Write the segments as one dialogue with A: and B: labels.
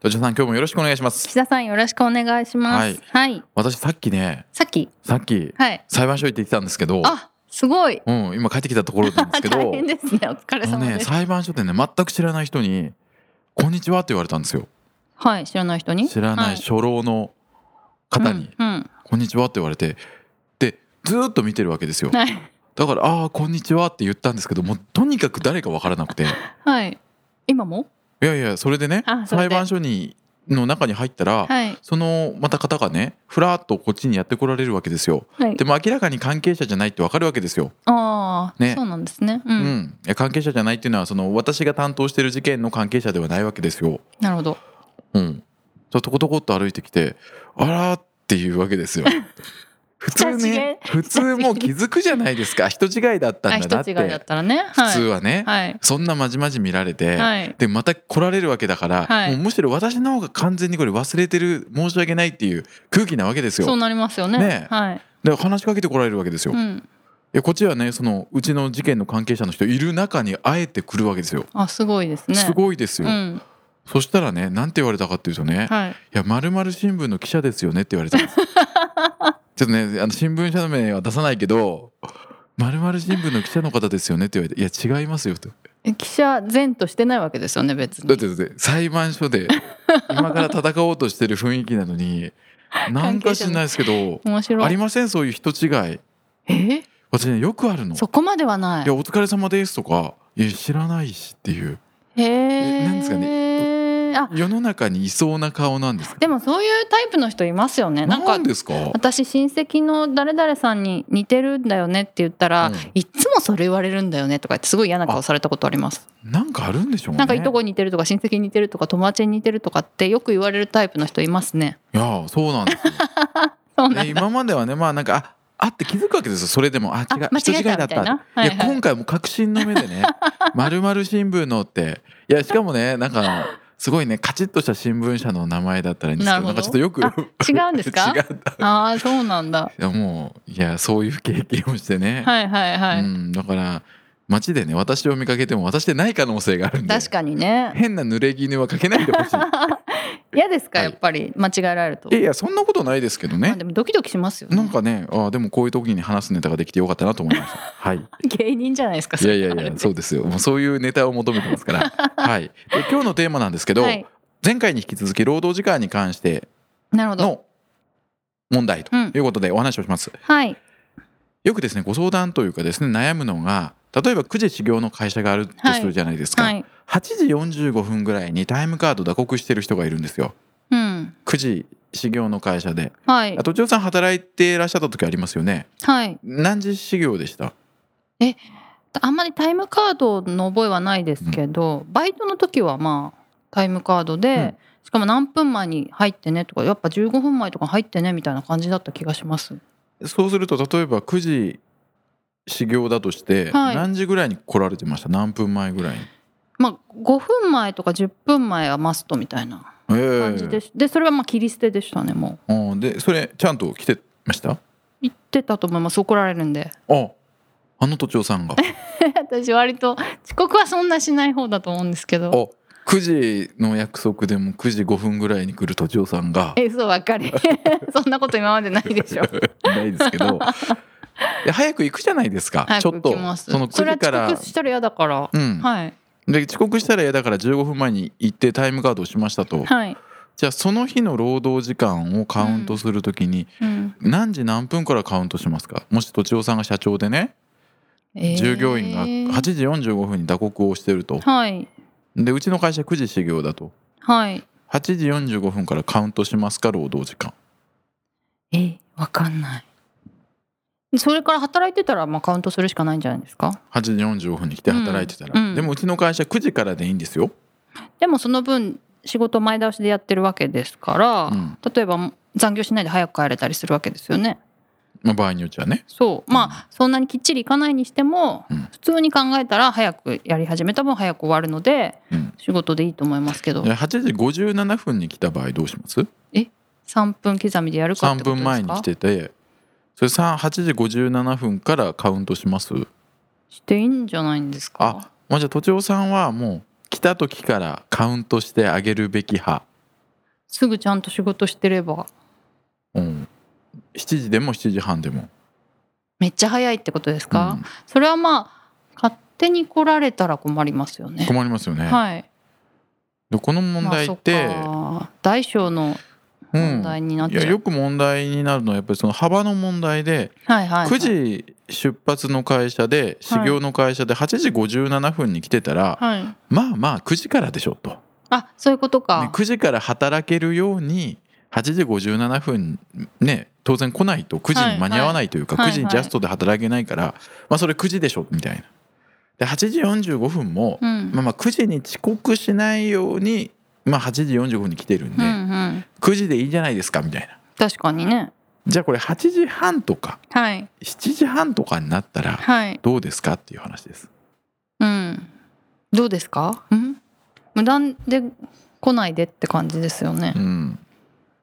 A: 土地さん今日もよろしくお願いします
B: 岸田さんよろしくお願いします
A: は
B: はいい、
A: 私さっきね
B: さっき
A: さっき
B: はい
A: 裁判所行ってきたんですけど
B: あすごい
A: うん今帰ってきたところなんですけ ど
B: 大変ですねお疲れ
A: あの
B: 様
A: ね
B: です、
A: 裁判所でね全く知らない人にこんにちはって言われたんですよ
B: はい知らない人に
A: 知らない初老の方に
B: うんうん
A: こんにちはって言われてでずーっと見てるわけですよ
B: はい
A: だからああこんにちはって言ったんですけどもうとにかく誰かわからな くてい
B: はい今も
A: やいやそれでね
B: あそれ
A: 裁
B: で
A: 判所にの中に入ったら、
B: はい
A: そのまた方がねふらっとこっちにやってこられるわけですよ
B: はい
A: でも明らかに関係者じゃないってわかるわけですよ、
B: ああ、
A: ね
B: そうなんですねう、
A: うんんいや関係者じゃないっていうのはその私が担当してる事件の関係者ではないわけですよ、
B: なるほど
A: うん、ととことこっと歩いてきてあらーっていうわ けですよ普通ね普通もう気づくじゃないで すか人違いだった
B: あ
A: んだな
B: 人
A: っ
B: 違
A: て
B: いだったらね
A: 普通
B: は
A: はね、
B: いはい
A: そんなまじまじ見られて、
B: はい
A: でまた来られるわけだから、
B: はい
A: もうむしろ私の方が完全にこれ忘れてる申し訳ないっていう空気なわけですよ
B: そうなりますよね
A: ね
B: はい
A: で話しかけてこられるわけですよ、
B: う
A: い
B: ん
A: やこっちはねそのうちの事件の関係者の人いる中にあえて来るわけですよ、
B: あすごいですね
A: すごいですよ、
B: うん
A: そしたらねなんて言われたかっていうとね「い、
B: はい
A: やまるまる新聞の記者ですよね」って言われたん ですちょっとねあの新聞社の名は出さないけど「まるまる新聞の記者の方ですよね」って言われて「いや違いますよ」と
B: え記者善としてないわけですよね別に
A: だってだって裁判所で今から戦おうとしてる雰囲気なのになんか知んないですけど
B: 面白
A: あり
B: い
A: ませんそういう人違い
B: えー
A: 私ねよくあるの
B: そこまではない
A: いやお疲れ様ですとかいや知らないしっていう
B: へ
A: え
B: え
A: なんですか
B: あ
A: 世の中にいそうな顔なんですけ
B: でもそういうタイプの人いますよね
A: ど
B: なんか
A: なんですか
B: 私親戚の誰々さんに似てるんだよねって言ったら、
A: うん
B: いっつもそれ言われるんだよねとか言ってすごい嫌な顔されたことあります、
A: なんかあるんでしょうね
B: なんかいとこに似てるとか親戚に似てるとか友達に似てるとかってよく言われるタイプの人いますね
A: いやそうな んですよ
B: そうな
A: で
B: んだ
A: 今まではねまあなんかああって気づくわけですよそれでもあ違う
B: あ間
A: 人
B: 違
A: 違
B: え
A: いだ
B: た
A: っ
B: みた
A: た
B: いな
A: や
B: はいはい
A: 今回も確信の目で ね「まるまる新聞の」っていやしかもねなんかすごいねカチッとした新聞社の名前だったらいいんですけどな
B: なるほど
A: んかちょっとよく
B: あ違うんですか
A: 違ったい
B: ああそうなんだ
A: やもういやそういう経験をしてね、
B: はいはいはい、
A: うん、だから街でね私を見かけても私でない可能性があるんで
B: 確かにね
A: 変な濡れ衣はかけないでほしい
B: 嫌ですか
A: は
B: や
A: い
B: っぱり間違えられると
A: いやいやそんなことないですけど
B: まあ
A: ね
B: でもドキドキしますよね
A: なんかねあでもこういう時に話すネタができてよかったなと思い ましたはい
B: 芸人じゃないですか
A: いやいやい
B: それあ
A: や
B: る
A: そうですよもうそういうネタを求めてますからはいで今日のテーマなんですけど、
B: はい
A: 前回に引き続き労働時間に関して
B: なるほど
A: の問題と
B: うん
A: いうことでお話をします、
B: はい
A: よくですねご相談というかですね悩むのが例えば9時始業の会社があるとするじゃないですか、
B: はい
A: 8時45分ぐらいにタイムカード打刻してる人がいるんですよ
B: うん
A: 9時始業の会社で
B: はい
A: あとちおさん働いてらっしゃった時ありますよね
B: はい
A: 何時始業でした
B: あんまりタイムカードの覚えはないですけど、バイトの時はまあタイムカードで、
A: うん
B: しかも何分前に入ってねとかやっぱ15分前とか入ってねみたいな感じだった気がします
A: そうすると例えば9時始業だとして
B: はい
A: 何時ぐらいに来られてました何分前ぐらいに
B: まあ5分前とか10分前はマストみたいな
A: え
B: 感じで
A: え
B: しでそれはまあ切り捨てでしたねも
A: うんでそれちゃんと来てました
B: う言ってたと思います怒られるんで
A: ああの都庁さ んが
B: 私割と遅刻はそんなしない方だと思うんですけど
A: あ9時の約束でも9時5分ぐらいに来る都庁さんが
B: えそうばっかり そんなこと今までないで しょ
A: ないですけ どで早く行くじゃないですか
B: 早
A: ち
B: く
A: ょっと
B: 行きます
A: その
B: それ
A: 9
B: は
A: 時か
B: 遅
A: ら
B: 刻したら嫌だから、
A: うん
B: はい
A: で遅刻したら嫌だから15分前に行ってタイムカードをしましたと、
B: はい、
A: じゃあその日の労働時間をカウントするときに
B: うん
A: 何時何分からカウントしますかもし土地さんが社長でね従業員が8時45分に打刻をしてると
B: はい
A: でうちの会社9時始業だと
B: はい
A: 8時45分からカウントしますか労働時間
B: えわかんないそれから働いてたらまあカウントするしかないんじゃないですか
A: 8時45分に来て働いてたら、
B: うんうん
A: でもうちの会社9時からでいいんですよ
B: でもその分仕事前倒しでやってるわけですから、
A: うん
B: 例えば残業しないで早く帰れたりするわけですよね。
A: まあ、場合によっちゃね
B: そうまあそんなにきっちりいかないにしても、
A: うん
B: 普通に考えたら早くやり始めた分早く終わるので、
A: うん
B: 仕事でいいと思いますけど
A: いや8時57分に来た場合どうします
B: 3分刻みでやるかっ
A: 3
B: てことで
A: 分
B: すか
A: 前に来ててそれさん8時57分からカウントします
B: していいんじゃないんです
A: あ
B: か
A: まあじゃあ都庁さんはもう来た時からカウントしてあげるべき派、
B: すぐちゃんと仕事してれば
A: うん、7時でも7時半でも、
B: めっちゃ早いってことです
A: う
B: か、
A: ん、
B: それはまあ勝手に来られたら困りますよね。
A: 困りますよね、
B: はい。
A: でこの問題って、
B: まあそっか大小の問題にな
A: う
B: っ
A: ん、
B: ち
A: い
B: ゃ
A: や
B: う。
A: よく問題になるのはやっぱりその幅の問題で
B: はいはい、はい。
A: 9時出発の会社で始業の会社で8時57分に来てたら
B: はい。
A: まあまあ9時からでしょと、ね、
B: あそういうことか。
A: 9時から働けるように8時57分ね当然来ないと9時に間に合わないというか
B: はいは
A: 9
B: い
A: 時にジャストで働けないからまあそれ9時でしょみたいな。で8時45分も
B: うん。
A: まあまあ9時に遅刻しないようにまあ8時45分に来てるん
B: う
A: で
B: んうん。
A: 9時でいいじゃないですかみたいな。
B: 確かにね。
A: じゃあこれ8時半とか
B: はい
A: 7時半とかになったら
B: はい。
A: どうですかっていう話です。
B: うん。どうですか？うん。無断で来ないでって感じですよね。
A: うん、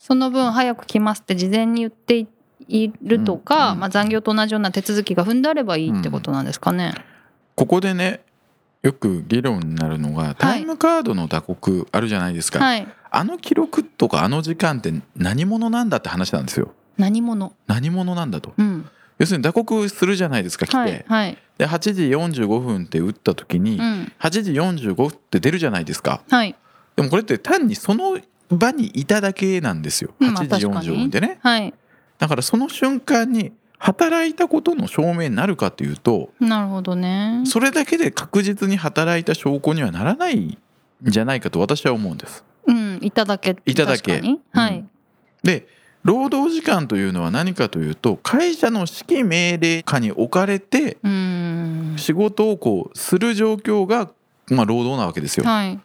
B: その分早く来ますって事前に言っているとか、
A: うんうん
B: まあ残業と同じような手続きが踏んであればいいってことなんですかね。
A: ここでねよく議論になるのがタイムカードの打刻あるじゃないですか、
B: はい。
A: あの記録とかあの時間って何者なんだって話なんですよ。
B: 何者？
A: 何者なんだと
B: うん。
A: 要するに打刻するじゃないですか来て、
B: はいはい。
A: で8時45分って打った時に、
B: うん。
A: 8時45って出るじゃないですか
B: はい
A: でもこれって単にその場にいただけなんですよ
B: うんまあ
A: 8時
B: 確かに
A: 45分でね、
B: はい。
A: だからその瞬間に働いたことの証明になるかというと
B: なるほどね。
A: それだけで確実に働いた証拠にはならないんじゃないかと私は思うんです。
B: うん、いただけ。
A: いただけ
B: 確かには
A: う
B: い
A: ん。で労働時間というのは何かというと会社の指揮命令下に置かれて
B: うーん。
A: 仕事をこうする状況が、まあ、労働なわけですよ。
B: はい。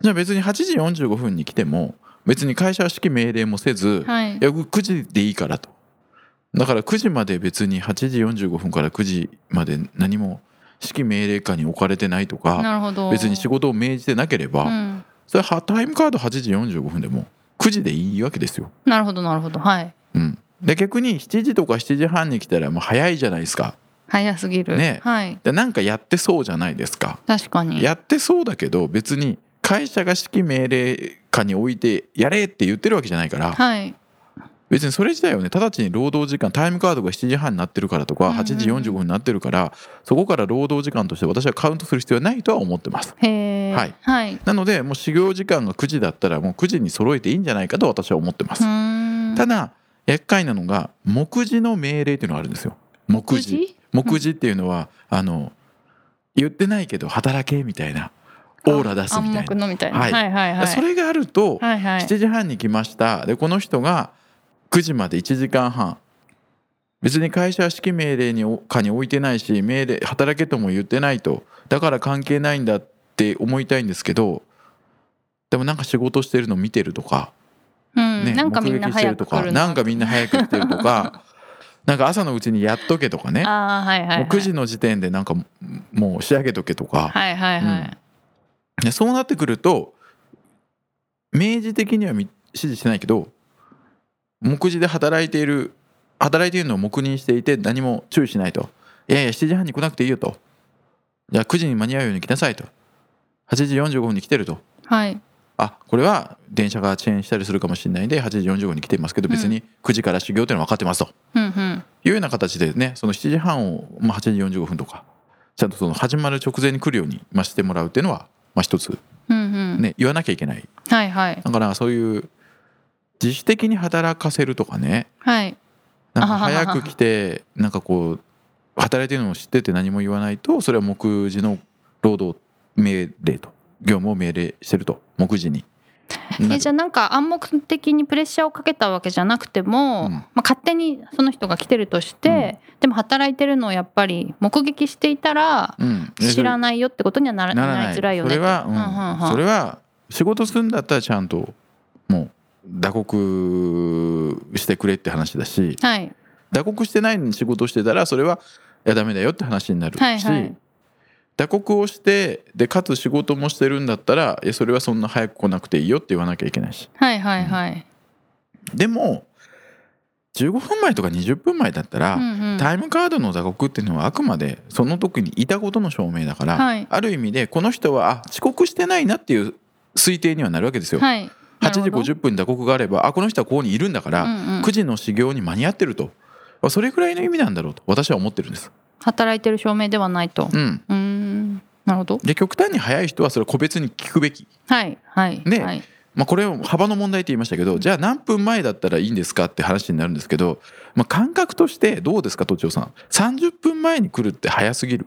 A: じゃあ別に8時45分に来ても別に会社は指揮命令もせず、
B: はい
A: い。や9時でいいからとだから9時まで別に8時45分から9時まで何も指揮命令下に置かれてないとか
B: なるほど。
A: 別に仕
B: 事
A: 事を命じてなければ、
B: うん。
A: それはタイムカード8時45分でも9時でいいわけですよ。
B: なるほど、なるほど。はい。
A: うん、で逆に7時とか7時半に来たらもう早いじゃないですか
B: 早すぎる。
A: ね
B: はい。
A: でなんかやってそうじゃないですか。
B: 確かに。
A: やってそうだけど別に会社が指揮命令下に置いてやれって言ってるわけじゃないから、
B: はい。
A: 別にそれ自体をね直ちに労働時間タイムカードが7時半になってるからとか
B: うんうんうん
A: 8時45分になってるからそこから労働時間として私はカウントする必要はないとは思ってます
B: へえ。
A: はい。
B: はい。う
A: なのでもう始業時間が9時だったらもう9時に揃えていいんじゃないかと私は思ってます
B: ーん。
A: ただ厄介なのが目次の命令っていうのがあるんですよ目次目次っていうのはあの言ってないけど働けみたいなオーラ出すみた
B: 暗
A: い
B: 黙
A: な
B: のみたいな。は
A: はいい
B: はいはい。
A: それがあると
B: はいはい。
A: 7時半に来ましたでこの人が9時まで1時間半別に会社は指揮命令におかに置いてないし命令働けとも言ってないとだから関係ないんだって思いたいんですけどでもなんか仕事してるの見てるとか、
B: うん
A: ね
B: なんかみ
A: 目
B: んな
A: 撃して
B: 早
A: る
B: く
A: と
B: 来
A: か
B: る
A: なんかみんな早く来てると かなんか朝のうちにやっとけとかねも
B: ああ、はいはいは
A: う
B: い。
A: 9時の時点でなんかももう仕上げとけとか、
B: はいはいはい。
A: でそうなってくると明示的にはみ指示してないけど目次で働いている働いているのを黙認していて何も注意しないといやいや7時半に来なくていいよとじゃあ9時に間に合うように来なさいと8時45分に来てると
B: はい。
A: あこれは電車が遅延したりするかもしれないんで8時45分に来てますけど別に9時から修行っていうのは分かってますと
B: うんうん。
A: いうような形でねその7時半を、まあ、8時45分とかちゃんとその始まる直前に来るように、まあ、してもらうっていうのは、まあ、一つ
B: うんうん。
A: ね、言わなきゃいけない
B: はいはい。
A: だからそういう自主的に働かせるとかね
B: はい。
A: なん
B: あ
A: か
B: ははは
A: 早く 来てなんかこう働いてるのを知ってて何も言わないとそれは目次の労働命令と業務を命令してると目次に。
B: えじゃあなんか暗黙的にプレッシャーをかけたわけじゃなくても、
A: うん
B: まあ、勝手にその人が来てるとして、でも働いてるのをやっぱり目撃していたら
A: うん、
B: 知ら
A: な
B: ないよってことにはなら
A: なら
B: な
A: ない
B: いづらいよね
A: それは、う
B: う
A: ん
B: んうんうん
A: それは仕事するんだったらちゃんともう打刻してくれって話だし
B: はい
A: 打刻してないのに仕事してたらそれはいやダメだよって話になるし、
B: はいはい
A: 打刻をしてでかつ仕事もしてるんだったらいやそれはそんな早く来なくていいよって言わなきゃいけないし
B: はいはいはい
A: でも15分前とか20分前だったら、
B: うんうん
A: タイムカードの打刻っていうのはあくまでその時にいたことの証明だから、
B: はい
A: ある意味でこの人はあ遅刻してないなっていう推定にはなるわけですよ。
B: はい
A: 8時
B: 分
A: 50分に打刻があればあこの人はここにいるんだから、9時の始業に間に合ってるとあそれぐらいの意味なんだろうと私は思ってるんです。
B: 働いてる証明ではないと
A: うん、
B: うーんなるほど
A: で極端に早い人はそれは個別に聞くべき、
B: はいはい
A: ね
B: はい
A: まあ、これを幅の問題って言いましたけどじゃあ何分前だったらいいんですかって話になるんですけど、まあ、感覚としてどうですか都庁さん30分前に来るって早すぎる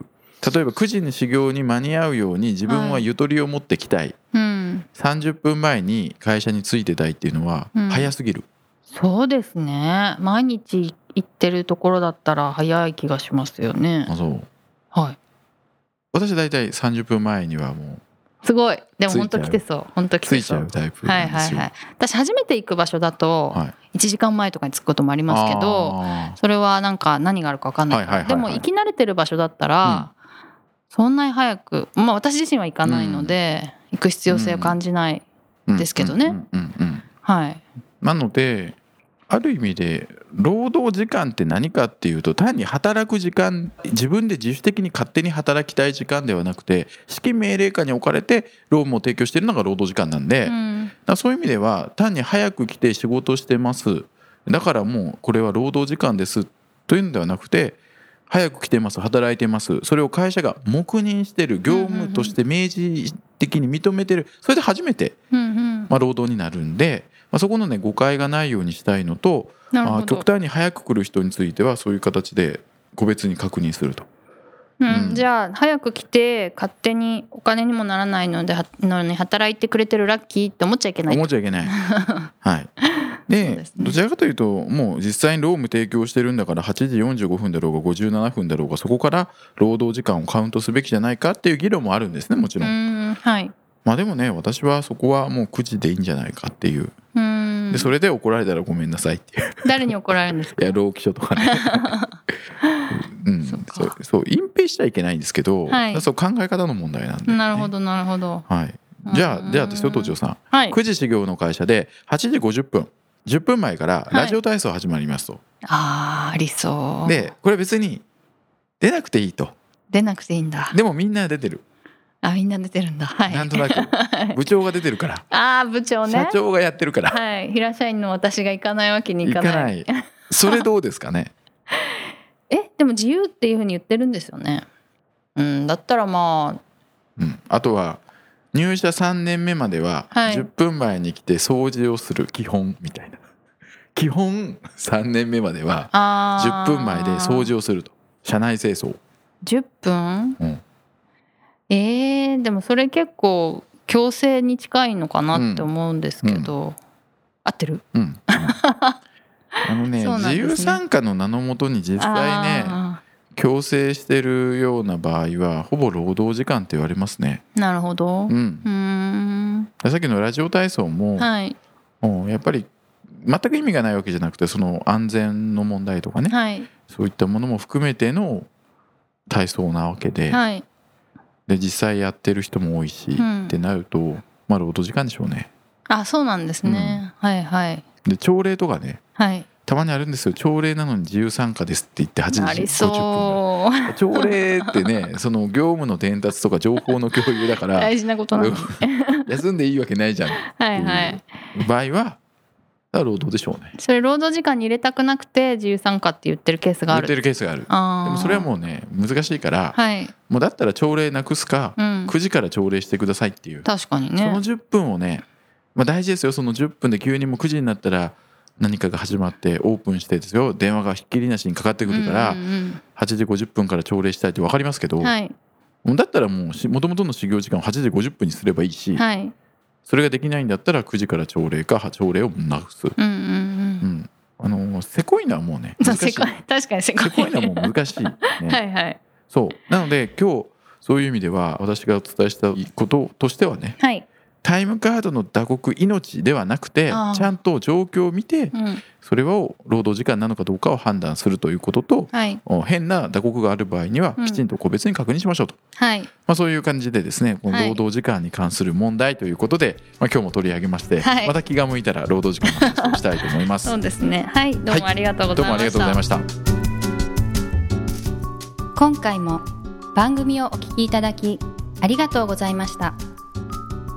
A: 例えば9時に始業に間に合うように自分はゆとりを持ってきたい、
B: うん
A: 30分前に会社に着いてたいっていうのは
B: うん
A: 早すぎる、
B: そうですね毎日行ってるところだったら早い気がしますよね
A: あそう
B: はい
A: 私大体30分前にはも
B: すごいでも
A: ついちゃう
B: 本当来てそう本当
A: う
B: 来
A: 着
B: て
A: いち
B: そ
A: ゃ
B: う
A: うタイプ
B: は
A: ないんで
B: はい
A: すよ、
B: はい私初めて行く場所だと
A: はい
B: 1時間前とかに着くこともありますけど
A: あ
B: それはなんか何があるか分かんないから、
A: はいはいはいはい
B: でも行き慣れてる場所だったら、そんなに早くまあ私自身は行かないので、行く必要性を感じない、
A: ーうん
B: ですけどね
A: うんうんうんうん
B: はい
A: なのである意味で労働時間って何かっていうと単に働く時間自分で自主的に勝手に働きたい時間ではなくて指揮命令下に置かれて労務を提供しているのが労働時間なん
B: う
A: で、だか
B: ん
A: らそういう意味では単に早く来て仕事してますだからもうこれは労働時間ですというのではなくて早く来てます働いてますそれを会社が黙認してる業務として明示的に認めてるそれで初めて、
B: うんうん、
A: まあ、労働になるんで、まあ、そこのね誤解がないようにしたいのと
B: なる
A: ま
B: ほ
A: あ、
B: ど
A: 極端に早く来る人についてはそういう形で個別に確認すると。
B: うん
A: うん
B: じゃあ早く来て勝手にお金にもならないのではのに働いてくれてるラッキーって思っちゃいけない
A: 思っちゃい けない。はい、で
B: そうですね
A: どちらかというともう実際に労務提供してるんだから8時45分だろうが57分だろうがそこから労働時間をカウントすべきじゃないかっていう議論もあるんですねもち
B: う
A: ろん。
B: んはい
A: まあでもね私はそこはもう9時でいいんじゃないかっていう
B: うん
A: でそれ で怒られたらごめんなさいっていう。
B: 誰に怒られるんですか
A: いや労基署と かね。うん、
B: そ
A: そうう
B: か
A: そう隠蔽しちゃいけないんですけど、
B: はい
A: そう考え方の問題なんで、
B: なるほ。どなるほど
A: はい。じゃ
B: う
A: あ、
B: ん
A: じゃあですよ、東條さん。
B: はい
A: 9時始業の会社で、8時50分、10分前から
B: はい
A: ラジオ体操始まりますと。
B: あーありそう
A: で、これ別に出なくていいと。
B: 出なくていいんだ
A: でもみんな出てる。
B: あみんな出てるんだ はい
A: なんとなく。部長が出てるから。
B: ああ部長ね
A: 社長がやってるから。
B: はい平社員の私が行かないわけにい
A: 行
B: か
A: か
B: ない
A: ない。それどうですかね。
B: えでも自由っていうふうに言ってるんですよねうんだったらま
A: うん。あとは、入社3年目までは、
B: はい
A: 10分前に来て掃除をする基本みたいな。 基本3年目までは、
B: ああ
A: 10分前で掃除をすると。社内清掃。
B: 10分、
A: うん
B: えーでもそれ結構強制に近いのかなって思うんですけど、合ってる
A: うんあのね
B: そうなんですね
A: 自由参加の名のもとに実際ね
B: あ
A: 強制してるような場合はほぼ労働時間って言われますね。
B: ーなるほど
A: う、
B: うんーん
A: さっきのラジオ体操も、
B: はい
A: うんやっぱり全く意味がないわけじゃなくてその安全の問題とかね
B: はい
A: そういったものも含めての体操なわけで,、
B: はい
A: で実際やってる人も多いし、
B: うん
A: ってなると、まあ、労働時間でしょうね。
B: あそうなんですね、はいはい
A: で朝礼とかね
B: はい
A: たまにあるんですよ朝礼なのに自由参加ですって言って8時
B: あり
A: 50分から
B: そう
A: 朝礼ってねその業務の伝達とか情報の共有だから
B: 大事なことなのに
A: 休んでいいわけないじゃん
B: はいはい
A: 場合は労働でしょうね
B: それ労働時間に入れたくなくて自由参加って言ってるケースが
A: 言
B: あ
A: って
B: る
A: るケースがある
B: あ
A: でもそれはもうね難しいから、
B: うはい
A: もうだったら朝礼なくすか、
B: うん
A: 9時から朝礼してくださいっていう、
B: 確かに
A: その
B: ね
A: 10分をね、まあ、大事ですよその10分で急にもう9時になったら何かが始まってオープンしてですよ電話がひっきりなしにかかってくるから、
B: うんうん
A: 8時50分から朝礼したいって分かりますけど、
B: うんはい
A: もうだったらもうし元々の始業時間を8時50分にすればいいし、
B: はい
A: それができないんだったら9時から朝礼か朝礼をなくす、
B: うんうんうん
A: うん、あのーせこいのはもうね
B: そ
A: 難
B: う
A: し
B: せ
A: いせ
B: こい確かにせこい
A: こいのはもう難しい、ね
B: はいはい
A: そうなので今日そういう意味では私がお伝えしたこととしてはね
B: はい
A: タイムカードの打刻命ではなくてち
B: ああ
A: ゃんと状況を見て
B: うん、
A: それを労働時間なのかどうかを判断するということと
B: はい
A: お変な打刻がある場合には
B: うん
A: きちんと個別に確認しましょうと、
B: はい
A: まあ、そういう感じでですねこの
B: はい
A: 労働時間に関する問題ということで、まあ、今日も取り上げまして、
B: はい
A: また気が向いたら労働時間の話をしたいと思います。
B: そうですねはいどうもありがとうご
A: どう
B: ざい
A: もあ
B: ま
A: りが
B: し
A: とうござい
B: た
A: ました。
B: 今回も番組をお聞きいただきありがとうございました